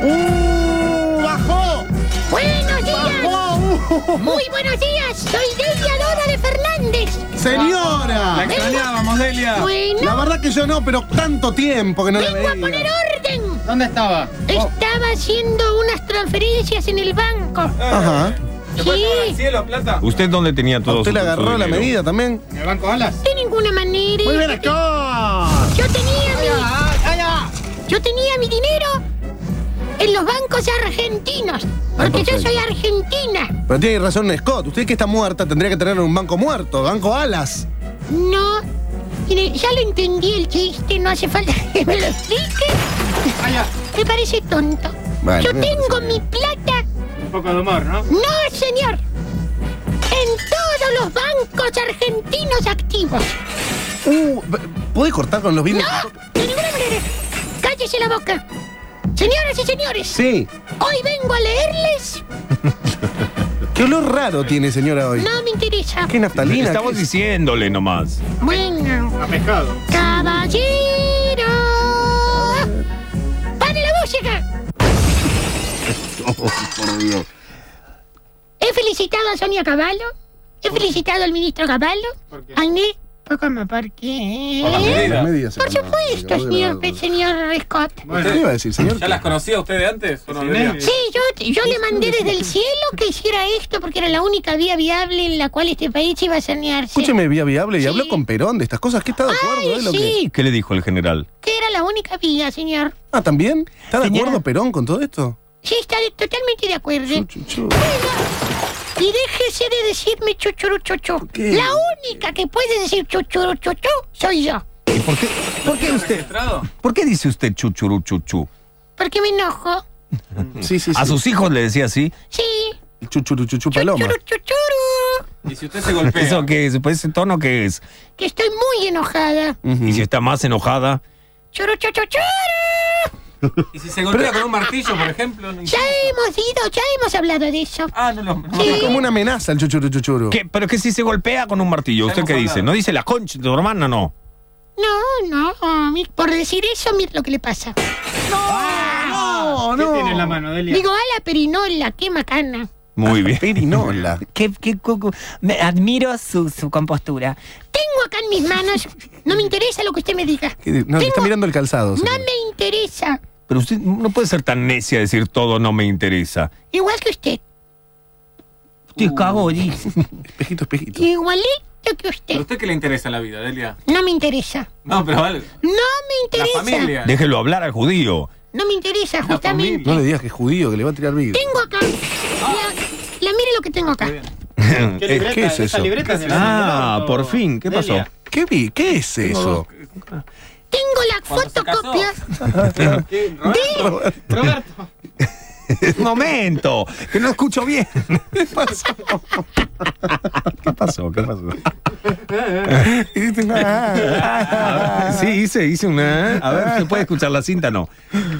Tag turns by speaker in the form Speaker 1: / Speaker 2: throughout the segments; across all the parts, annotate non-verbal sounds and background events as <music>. Speaker 1: ¡Uh! ¡Bajó!
Speaker 2: ¡Buenos días!
Speaker 1: ¡Bajó! ¡Uh!
Speaker 2: Muy buenos días, soy Delia Dora de Fernández.
Speaker 3: La
Speaker 1: ¡Señora!
Speaker 3: extrañábamos, Delia.
Speaker 1: La
Speaker 2: Bueno,
Speaker 1: verdad que yo no, pero tanto tiempo que no la
Speaker 2: vengo a
Speaker 1: veía.
Speaker 2: poner orden.
Speaker 4: ¿Dónde estaba? Oh,
Speaker 2: Estaba haciendo unas transferencias en el banco.
Speaker 1: Ajá.
Speaker 2: Sí,
Speaker 3: ¿Cielo, plata?
Speaker 5: ¿Usted dónde tenía todo
Speaker 1: ¿Usted
Speaker 5: su-
Speaker 1: le
Speaker 5: su
Speaker 1: agarró la
Speaker 5: dinero?
Speaker 1: medida también?
Speaker 4: ¿En el banco Alas?
Speaker 2: de ninguna manera.
Speaker 1: ¡Muy bien, acá!
Speaker 2: Yo tenía mi,
Speaker 4: ¡Ah, allá!
Speaker 2: yo tenía mi dinero en los bancos argentinos, porque yo
Speaker 1: perfecto.
Speaker 2: soy argentina.
Speaker 1: Pero tiene razón Scott. Usted que está muerta tendría que tener un banco muerto, banco alas.
Speaker 2: No, mire, ya lo entendí el chiste, no hace falta <laughs> que me lo explique.
Speaker 4: ¡Allá!
Speaker 2: Me parece tonto.
Speaker 1: Bueno,
Speaker 2: yo
Speaker 1: me
Speaker 2: tengo
Speaker 1: parece
Speaker 2: mi plata
Speaker 4: Un poco de humor, ¿no?
Speaker 2: No, señor. En todos los bancos argentinos activos.
Speaker 1: Uh, ¿puede cortar con los vidrios?
Speaker 2: No, de ninguna manera. Cállese la boca. Señoras y señores,
Speaker 1: Sí.
Speaker 2: hoy vengo a leerles.
Speaker 1: Qué olor raro tiene, señora, hoy.
Speaker 2: No me interesa.
Speaker 1: Qué naftalina.
Speaker 5: Estamos
Speaker 1: qué-
Speaker 5: diciéndole nomás.
Speaker 2: Bueno,
Speaker 4: A pescado.
Speaker 2: caballero. ¡Pane
Speaker 1: <laughs>
Speaker 2: la música! He felicitado a Sonia Caballo. He felicitado al ministro Caballo.
Speaker 4: ¿Por qué?
Speaker 2: Al ne... ¿Cómo por qué?
Speaker 3: Por las medidas.
Speaker 1: Las medias,
Speaker 2: Por
Speaker 1: señora.
Speaker 2: supuesto,
Speaker 1: Señora,
Speaker 2: señor,
Speaker 1: ¿Qué
Speaker 2: señor Scott.
Speaker 1: le iba a decir, señor?
Speaker 3: ¿Ya las conocía usted de antes? ¿O no,
Speaker 4: Sí,
Speaker 3: Delia?
Speaker 4: sí.
Speaker 2: Sí, yo, yo le mandé desde el cielo que hiciera esto porque era la única vía viable en la cual este país iba a sanearse.
Speaker 1: Escúcheme, vía viable, y
Speaker 2: Sí.
Speaker 1: habló con Perón de estas cosas. ¿Qué está de acuerdo?
Speaker 2: Ay,
Speaker 1: eh, lo
Speaker 2: sí,
Speaker 1: que-
Speaker 5: ¿Y qué le dijo el general?
Speaker 2: que era la única vía, señor.
Speaker 1: Ah, ¿también? ¿Está de
Speaker 5: Señora.
Speaker 1: acuerdo Perón con todo esto?
Speaker 2: Sí, está de- totalmente de acuerdo.
Speaker 1: Chu, chu, chu.
Speaker 2: Y déjese de decirme chuchuruchuchu.
Speaker 1: qué?
Speaker 2: La única que puede decir chuchuruchuchu soy yo.
Speaker 5: ¿Y por qué, por qué usted,
Speaker 3: ¿Registrado?
Speaker 5: por qué dice usted chuchurú chuchu?
Speaker 2: Porque me enojo.
Speaker 1: Sí, sí, sí.
Speaker 5: A sus hijos le decía así.
Speaker 2: Sí.
Speaker 1: Chuchuruchuchu paloma.
Speaker 2: Chuchuruchuchuru.
Speaker 3: ¿Y si usted se golpea?
Speaker 5: Eso que es, pues, ese tono que es.
Speaker 2: Que estoy muy enojada.
Speaker 5: Y si está más enojada,
Speaker 2: Churuchuchuchuru.
Speaker 3: ¿Y si se golpea con un martillo, por ejemplo? No
Speaker 2: Ya hemos ido, ya hemos hablado de eso.
Speaker 3: Ah, no lo... no.
Speaker 2: Sí.
Speaker 1: Es como una amenaza el chuchuruchuchuru.
Speaker 5: ¿Qué? Pero que si se golpea con un martillo, ¿usted
Speaker 3: Hemos
Speaker 5: qué dice?
Speaker 3: hablado.
Speaker 5: ¿No dice la concha de tu hermana? No.
Speaker 2: No, no, mi- por decir eso, mira lo que le pasa.
Speaker 1: No,
Speaker 4: ¿Qué
Speaker 1: no.
Speaker 4: tiene en la mano, Delia?
Speaker 2: Digo, a la perinola, qué macana.
Speaker 1: Ah,
Speaker 5: Muy bien.
Speaker 1: Pirinola.
Speaker 6: Qué- qué cu- cu- me- admiro su, su compostura.
Speaker 2: Tengo acá en mis manos, no me interesa lo que usted me diga.
Speaker 1: ¿Qué di- No, le está
Speaker 2: Tengo-
Speaker 1: mirando el calzado.
Speaker 2: No
Speaker 1: señora.
Speaker 2: me interesa,
Speaker 5: Pero usted no puede ser tan necia de decir todo no me interesa.
Speaker 2: igual que usted,
Speaker 6: Te cago, di. <laughs>
Speaker 1: Espejito, espejito.
Speaker 2: igualito que
Speaker 3: ¿Pero
Speaker 2: usted.
Speaker 3: usted qué le interesa la vida, Delia?
Speaker 2: No me interesa,
Speaker 3: No, pero algo.
Speaker 2: no me
Speaker 3: La
Speaker 2: interesa,
Speaker 3: familia.
Speaker 5: Déjelo hablar al judío.
Speaker 2: no me interesa
Speaker 3: La
Speaker 2: justamente.
Speaker 3: familia.
Speaker 1: No le digas que es judío, que le va a tirar vivo.
Speaker 2: Tengo acá, la, la- mire lo que tengo acá.
Speaker 3: Muy bien.
Speaker 4: ¿Qué
Speaker 5: <laughs> Eh,
Speaker 1: ¿qué es
Speaker 4: ¿Esa
Speaker 1: eso?
Speaker 4: libreta es de
Speaker 5: Ah,
Speaker 4: Leonardo?
Speaker 5: por fin, ¿qué pasó?
Speaker 4: Delia.
Speaker 1: ¿Qué, vi? ¿Qué es eso?
Speaker 2: Tengo la
Speaker 3: Cuando se casó.
Speaker 2: fotocopia
Speaker 3: ¿Qué, Roberto?
Speaker 4: Roberto.
Speaker 5: Un <laughs> momento, que no escucho bien. <laughs> ¿Qué pasó? <laughs> ¿Qué pasó? ¿Qué pasó? <laughs> Sí, hice, hice una. A ver, ¿se puede escuchar la cinta? No.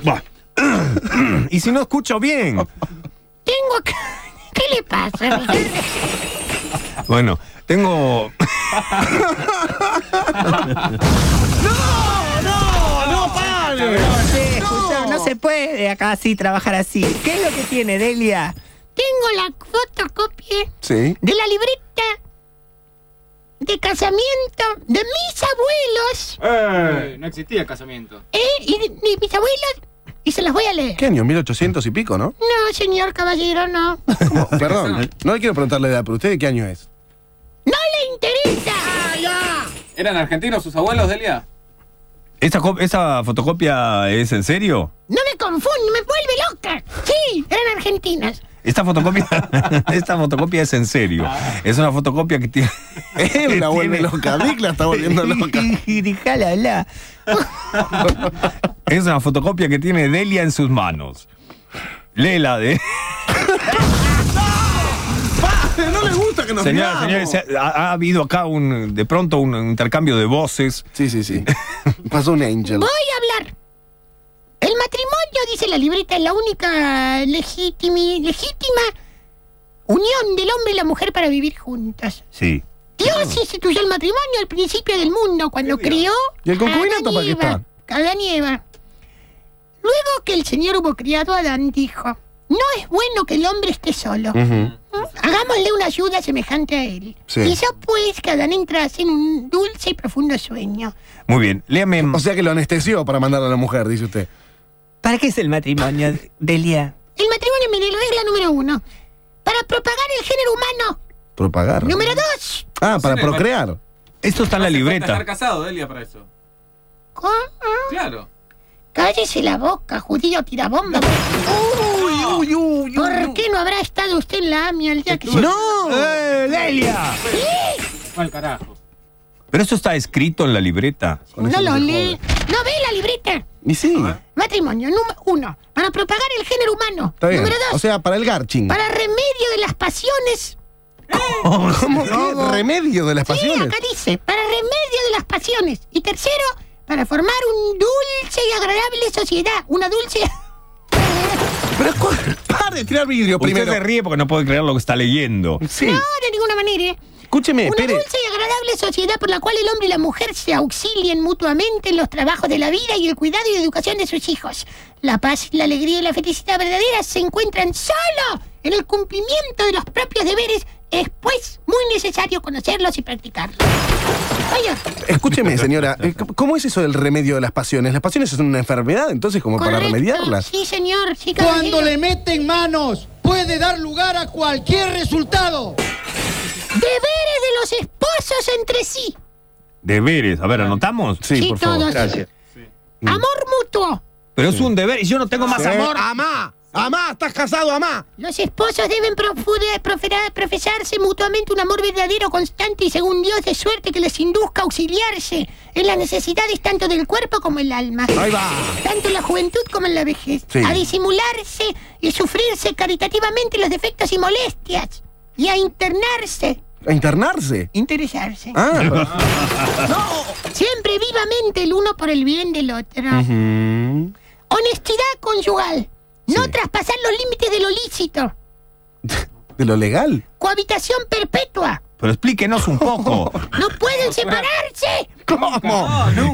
Speaker 5: Buah. <clears throat> Y si no escucho bien.
Speaker 2: tengo acá. <laughs> ¿Qué le pasa? Ricardo?
Speaker 5: Bueno, tengo.
Speaker 6: Escuchá, no se puede acá así trabajar así. ¿Qué es lo que tiene, Delia?
Speaker 2: Tengo la fotocopia
Speaker 1: Sí.
Speaker 2: de la libreta de casamiento de mis abuelos
Speaker 4: Eh, No existía casamiento.
Speaker 2: ¿eh? y de, de mis abuelos y se las voy a leer.
Speaker 1: ¿Qué año? 1800 y pico, ¿no?
Speaker 2: No, señor caballero, no. No
Speaker 1: ¿Cómo? Perdón, no le quiero preguntar la edad, pero ¿usted de qué año es?
Speaker 2: le interesa.
Speaker 3: ¿Eran argentinos sus abuelos,
Speaker 5: Ah,
Speaker 3: Delia?
Speaker 5: ¿Esa, co- esa fotocopia es en serio?
Speaker 2: No me confunde, me vuelve loca. Sí, eran argentinas.
Speaker 5: Esta fotocopia, <laughs> esta fotocopia es en serio. Es una fotocopia que <laughs> tiene.
Speaker 1: Él <laughs> la vuelve loca, Vic la está
Speaker 5: <laughs>
Speaker 1: volviendo
Speaker 6: <laughs>
Speaker 1: loca.
Speaker 6: Déjala hablar.
Speaker 5: Es una fotocopia que tiene Delia en sus manos. Léela de.
Speaker 1: No le gusta que nos
Speaker 5: Señoras,
Speaker 1: veamos.
Speaker 5: señores, se ha, ha habido acá un, de pronto un intercambio de voces.
Speaker 1: Sí, sí, sí. Pasó un angel.
Speaker 2: Voy a hablar. El matrimonio, dice la libreta, es la única legítimi- legítima unión del hombre y la mujer para vivir juntas.
Speaker 5: Sí.
Speaker 2: Dios instituyó el matrimonio al principio del mundo cuando creó
Speaker 1: ¿Y el concubinato
Speaker 2: a Adán
Speaker 1: para qué
Speaker 2: y Eva.
Speaker 1: está?
Speaker 2: A Adán y Eva. Luego que el señor hubo criado a Adán, dijo, no es bueno que el hombre esté solo.
Speaker 1: Ujú.
Speaker 2: Hagámosle una ayuda semejante a él.
Speaker 1: Mm. Sí.
Speaker 2: Hizo pues que Adán entrase en un dulce y profundo sueño.
Speaker 5: Muy bien, léame.
Speaker 1: O sea que lo anestesió para mandar a la mujer, dice usted.
Speaker 6: ¿Para qué es el matrimonio, Delia?
Speaker 2: El matrimonio, mire, regla número uno. Para propagar el género humano.
Speaker 1: Propagar.
Speaker 2: Número dos.
Speaker 1: Ah, para
Speaker 3: Sí,
Speaker 1: procrear.
Speaker 5: Esto está en la
Speaker 3: estar
Speaker 5: libreta.
Speaker 3: casado, Delia, para eso.
Speaker 2: co- ah,
Speaker 3: Claro.
Speaker 2: Cállese la boca, judío tirabomba. Uy,
Speaker 5: Uy, uy, uy,
Speaker 2: ¿Por
Speaker 5: uy.
Speaker 2: qué no habrá estado usted en la AMIA el día que...
Speaker 5: ¡No! ¡Eh, Delia!
Speaker 4: Mal carajo.
Speaker 5: Pero eso está escrito en la libreta.
Speaker 2: No lo lee. No ve la libreta.
Speaker 1: Y sí.
Speaker 2: Matrimonio, número uno. Para propagar el género humano.
Speaker 1: Está bien.
Speaker 2: Número
Speaker 1: O
Speaker 2: dos.
Speaker 1: sea, para el garching.
Speaker 2: Para remedio de las pasiones.
Speaker 1: ¿Cómo que remedio de las
Speaker 2: Sí,
Speaker 1: pasiones?
Speaker 2: acá dice. Para remedio de las pasiones. Y tercero, para formar un dulce y agradable sociedad. Una dulce... <laughs>
Speaker 1: Pero cu- para de tirar vidrio
Speaker 5: Usted se
Speaker 1: primero.
Speaker 5: ríe porque no puede creer lo que está leyendo.
Speaker 1: Sí.
Speaker 2: No, de ninguna manera. ¿eh?
Speaker 1: Escúcheme,
Speaker 2: Una
Speaker 1: espere.
Speaker 2: dulce y agradable sociedad por la cual el hombre y la mujer se auxilien mutuamente en los trabajos de la vida y el cuidado y educación de sus hijos. La paz, la alegría y la felicidad verdadera se encuentran solo en el cumplimiento de los propios deberes. Es pues muy necesario conocerlos y practicarlos. Oye,
Speaker 1: Escúcheme, señora. eh, c- ¿Cómo es eso del remedio de las pasiones? Las pasiones son una enfermedad, entonces, como para
Speaker 2: correcto.
Speaker 1: remediarlas.
Speaker 2: Sí, señor. Sí,
Speaker 7: Cuando
Speaker 2: caballero.
Speaker 7: le meten manos, puede dar lugar a cualquier resultado.
Speaker 2: Deberes de los esposos entre sí.
Speaker 5: Deberes. A ver, ¿anotamos?
Speaker 1: Sí, por favor.
Speaker 2: todos.
Speaker 1: Mm.
Speaker 2: Amor mutuo.
Speaker 5: Pero es un deber y yo no tengo más
Speaker 1: Sí.
Speaker 5: amor.
Speaker 1: ¡Amá! ¡Amá! ¡Estás casado, amá!
Speaker 2: Los esposos deben profude- profera- profesarse mutuamente un amor verdadero, constante y según Dios de suerte que les induzca a auxiliarse en las necesidades tanto del cuerpo como el alma.
Speaker 1: Ahí va.
Speaker 2: Tanto en la juventud como en la vejez.
Speaker 1: Sí.
Speaker 2: A disimularse y sufrirse caritativamente los defectos y molestias. Y a internarse.
Speaker 1: ¿A internarse?
Speaker 2: Interesarse.
Speaker 1: Ah.
Speaker 2: Siempre vivamente el uno por el bien del otro.
Speaker 1: Mm.
Speaker 2: Honestidad conyugal. No
Speaker 1: Sí.
Speaker 2: traspasar los límites de lo lícito.
Speaker 1: ¿De lo legal?
Speaker 2: Cohabitación perpetua.
Speaker 5: Pero explíquenos
Speaker 1: <laughs>
Speaker 5: un poco.
Speaker 2: ¡No pueden separarse!
Speaker 1: ¿Cómo?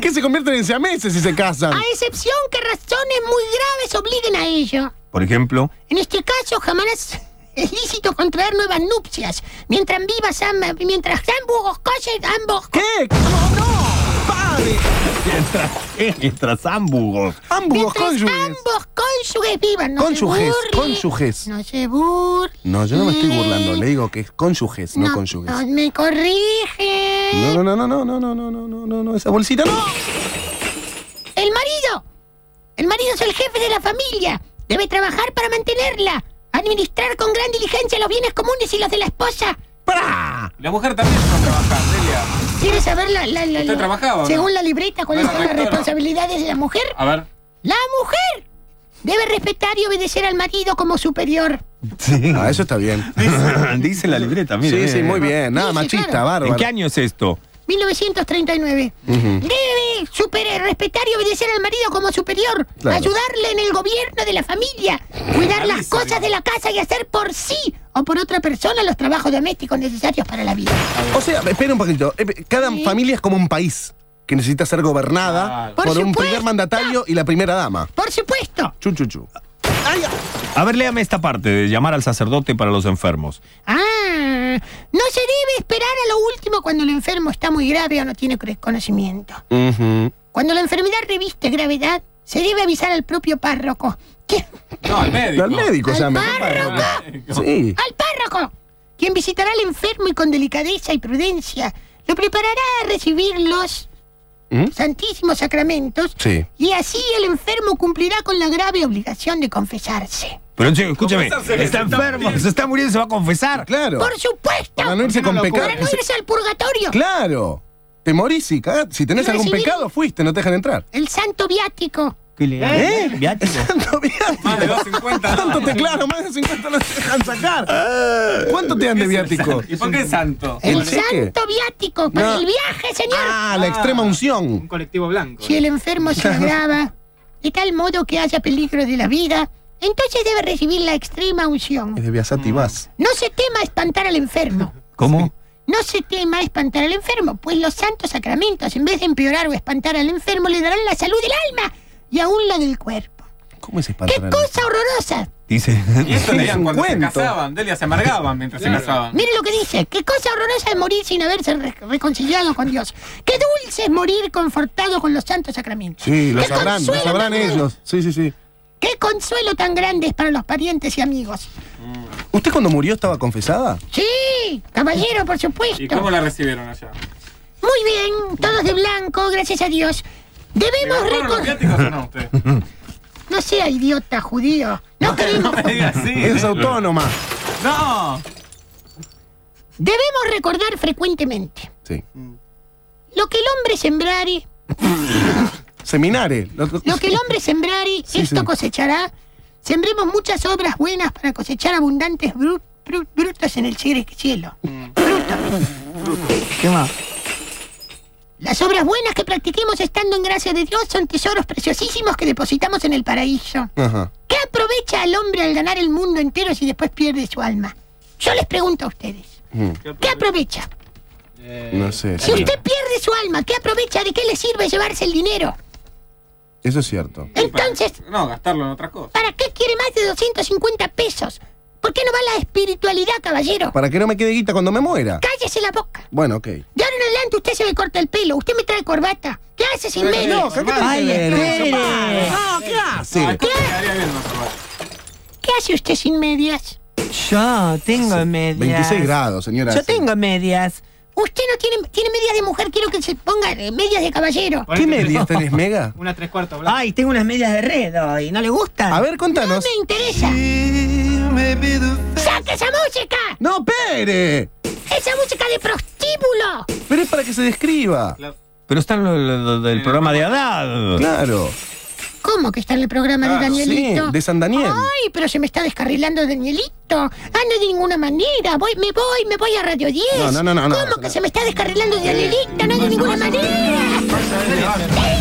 Speaker 1: ¿Qué se convierten en siameses si se casan?
Speaker 2: A excepción que razones muy graves obliguen a ello.
Speaker 5: Por ejemplo,
Speaker 2: En este caso, jamás es lícito contraer nuevas nupcias. Mientras vivas, ambas, mientras ambos cosen, ambos...
Speaker 1: ¿Qué? ¿Cómo no? ¡Padre!
Speaker 5: mientras ámbugos.
Speaker 1: Ambos
Speaker 2: Mientras
Speaker 1: cónyuges.
Speaker 2: ambos cónyuges vivan, no
Speaker 1: Cónyuges,
Speaker 2: se burlen.
Speaker 1: cónyuges.
Speaker 2: No se burlen.
Speaker 1: No, yo no me estoy burlando, le digo que es cónyuges, no,
Speaker 2: no,
Speaker 1: cónyuges.
Speaker 2: me corrige.
Speaker 1: No, no, no, no, no, no, no, no, no, no, no, esa bolsita no.
Speaker 2: El marido. El marido es el jefe de la familia. Debe trabajar para mantenerla. Administrar con gran diligencia los bienes comunes y los de la esposa.
Speaker 1: ¡Para!
Speaker 3: La mujer también va a trabajar, Delia.
Speaker 2: ¿Quieres saber la, la, la-
Speaker 3: Usted
Speaker 2: la-
Speaker 3: trabajaba, ¿no?
Speaker 2: Según la libreta, cuáles
Speaker 3: No era
Speaker 2: son las
Speaker 3: rectora.
Speaker 2: responsabilidades de la mujer?
Speaker 3: A ver.
Speaker 2: ¡La mujer! Debe respetar y obedecer al marido como superior.
Speaker 5: Sí.
Speaker 1: Ah,
Speaker 5: <laughs>
Speaker 1: eso está bien.
Speaker 5: Dice la libreta, mire.
Speaker 1: Sí, sí, muy bien. Nada,
Speaker 2: Sí, sí,
Speaker 1: machista,
Speaker 2: claro.
Speaker 1: bárbaro.
Speaker 5: ¿En qué año es esto?
Speaker 2: 1939.
Speaker 1: Ujú.
Speaker 2: Debe super- respetar y obedecer al marido como superior.
Speaker 1: Claro.
Speaker 2: Ayudarle en el gobierno de la familia. Cuidar las
Speaker 3: Avisa,
Speaker 2: cosas de la casa y hacer por sí o por otra persona los trabajos domésticos necesarios para la vida.
Speaker 1: O sea, espera un poquito. Eh, Cada
Speaker 2: Sí.
Speaker 1: familia es como un país que necesita ser gobernada
Speaker 3: Claro.
Speaker 1: por,
Speaker 2: Por
Speaker 1: un
Speaker 2: supuesto.
Speaker 1: primer mandatario y la primera dama.
Speaker 2: Por supuesto.
Speaker 1: Chu, chu, chu.
Speaker 5: A ver, léame esta parte de llamar al sacerdote para los enfermos.
Speaker 2: Ah, no se debe esperar a lo último cuando el enfermo está muy grave o no tiene cre- conocimiento.
Speaker 1: Ujú.
Speaker 2: Cuando la enfermedad reviste gravedad, se debe avisar al propio párroco. ¿Quién?
Speaker 3: No, al médico.
Speaker 1: Al médico,
Speaker 2: Al
Speaker 1: llame.
Speaker 2: párroco.
Speaker 1: Sí.
Speaker 2: ¡Al párroco! Quien visitará al enfermo y con delicadeza y prudencia lo preparará a recibir los
Speaker 1: ¿Mm?
Speaker 2: santísimos sacramentos
Speaker 1: Sí.
Speaker 2: y así el enfermo cumplirá con la grave obligación de confesarse.
Speaker 5: Pero en serio, escúchame,
Speaker 3: Confesarse que
Speaker 5: está
Speaker 3: se está
Speaker 5: enfermo,
Speaker 3: muriendo.
Speaker 5: se está muriendo, se va a confesar.
Speaker 1: Claro.
Speaker 2: ¡Por supuesto!
Speaker 1: Para no irse
Speaker 4: ¿Por qué
Speaker 1: con
Speaker 4: no lo
Speaker 1: pecado.
Speaker 2: Para no irse al purgatorio.
Speaker 1: Claro. Te morís y cagás. Si tenés
Speaker 2: Pero
Speaker 1: algún
Speaker 2: si viene-
Speaker 1: pecado, fuiste, no te dejan entrar.
Speaker 2: El santo viático.
Speaker 5: ¿Eh? Viático.
Speaker 1: <laughs> Tanto
Speaker 3: Más
Speaker 1: <laughs>
Speaker 3: de
Speaker 1: viático.
Speaker 5: <laughs>
Speaker 3: 250.
Speaker 1: Tanto te claro, más de 50 no te dejan sacar. ¿Cuánto te dan de viático?
Speaker 3: ¿Y por qué es santo?
Speaker 1: ¿El
Speaker 2: El,
Speaker 1: cheque?
Speaker 2: santo viático. Para
Speaker 1: No.
Speaker 2: el viaje, señor.
Speaker 1: Ah, la extrema
Speaker 4: Un
Speaker 1: unción.
Speaker 4: colectivo blanco.
Speaker 2: Si el enfermo se agrava de tal modo que haya peligro de la vida, entonces debe recibir la extrema
Speaker 1: Es
Speaker 2: unción.
Speaker 1: de Biasati Vaz.
Speaker 2: No se tema espantar al enfermo.
Speaker 5: ¿Cómo?
Speaker 2: No se tema espantar al enfermo, pues los santos sacramentos, en vez de empeorar o espantar al enfermo, le darán la salud del alma y aún la del cuerpo.
Speaker 1: ¿Cómo es
Speaker 2: ¡Qué
Speaker 1: espantar a la-
Speaker 2: cosa horrorosa!
Speaker 5: Dice.
Speaker 1: <laughs>
Speaker 3: Y esto
Speaker 1: Es
Speaker 3: leían
Speaker 1: un
Speaker 3: cuando se
Speaker 1: cuento.
Speaker 3: casaban. Delia se amargaban mientras se casaban.
Speaker 2: Mire lo que dice. Qué cosa horrorosa es morir sin haberse re- reconciliado con Dios. Qué dulce es morir confortado con los santos sacramentos.
Speaker 1: Sí, lo
Speaker 2: Qué
Speaker 1: sabrán, lo
Speaker 2: consuelo
Speaker 1: sabrán
Speaker 2: tan-
Speaker 1: ellos. Sí, sí, sí.
Speaker 2: Qué consuelo tan grande es para los parientes y amigos.
Speaker 1: ¿Usted cuando murió estaba confesada?
Speaker 2: Sí, caballero, por supuesto.
Speaker 3: ¿Y cómo la recibieron allá?
Speaker 2: Muy bien, todos de blanco, gracias a Dios. Debemos
Speaker 3: ¿Fueron los
Speaker 2: recordar...
Speaker 3: viáticos o no usted?
Speaker 2: No sea idiota, judío. No queremos...
Speaker 3: No me diga así.
Speaker 1: Es
Speaker 3: ¿eh?
Speaker 1: autónoma.
Speaker 3: ¡No!
Speaker 2: Debemos recordar frecuentemente.
Speaker 1: Sí.
Speaker 2: Lo que el hombre sembrare,
Speaker 1: Seminare. Lo,
Speaker 2: lo que el hombre sembrare,
Speaker 1: Sí,
Speaker 2: esto
Speaker 1: sí.
Speaker 2: cosechará. Sembremos muchas obras buenas para cosechar abundantes bru- bru- brutos en el cielo- cielo.
Speaker 6: ¿Qué más?
Speaker 2: Las obras buenas que practiquemos estando en gracia de Dios son tesoros preciosísimos que depositamos en el paraíso.
Speaker 1: Ajá.
Speaker 2: ¿Qué aprovecha al hombre al ganar el mundo entero si después pierde su alma? Yo les pregunto a ustedes.
Speaker 1: Mm,
Speaker 2: ¿Qué aprovecha?
Speaker 1: No sé.
Speaker 2: Si usted pierde su alma, ¿qué aprovecha? ¿De qué le sirve llevarse el dinero?
Speaker 1: Eso es cierto.
Speaker 2: Entonces,
Speaker 3: No, gastarlo en otras cosas.
Speaker 2: ¿para qué quiere más de 250 pesos? ¿Por qué no va la espiritualidad, caballero?
Speaker 1: Para que no me quede guita cuando me muera.
Speaker 2: Cállese la boca.
Speaker 1: Bueno, ok.
Speaker 2: De ahora en adelante usted se me corta el pelo, usted me trae corbata. ¿Qué hace sin menos?
Speaker 3: ¿qué
Speaker 6: ¡Ay, espere!
Speaker 1: No, ¿qué hace?
Speaker 3: Ah, ¿cómo te quedaría bien, Marco?
Speaker 2: ¿Qué hace usted sin medias?
Speaker 6: Yo tengo medias.
Speaker 1: 26 grados, señora.
Speaker 6: Yo tengo medias.
Speaker 2: Usted no tiene, tiene medias de mujer, quiero que se ponga eh, medias de caballero.
Speaker 1: ¿Qué medias tenés, Mega?
Speaker 4: Una tres cuartos blanca.
Speaker 6: Ay, tengo unas medias de red hoy. ¿No le gustan?
Speaker 1: A ver,
Speaker 2: No
Speaker 1: contanos.
Speaker 2: me interesa. ¡Saca esa música!
Speaker 1: ¡No, pere!
Speaker 2: ¡Esa música de prostíbulo!
Speaker 1: Pero es para que se describa.
Speaker 3: Claro.
Speaker 5: Pero está en lo, lo- lo del programa de Haddad.
Speaker 1: Claro.
Speaker 2: ¿Cómo que está en el programa de Danielito?
Speaker 1: Ah, sí, de San Daniel.
Speaker 2: Ay, pero se me está descarrilando Danielito. Ah, no de ninguna manera. Voy, me voy, me voy a Radio 10.
Speaker 1: No, no, no, no, no.
Speaker 2: ¿Cómo que se me está descarrilando Danielito? No de ninguna manera.
Speaker 3: Vaya, Delia, vaya.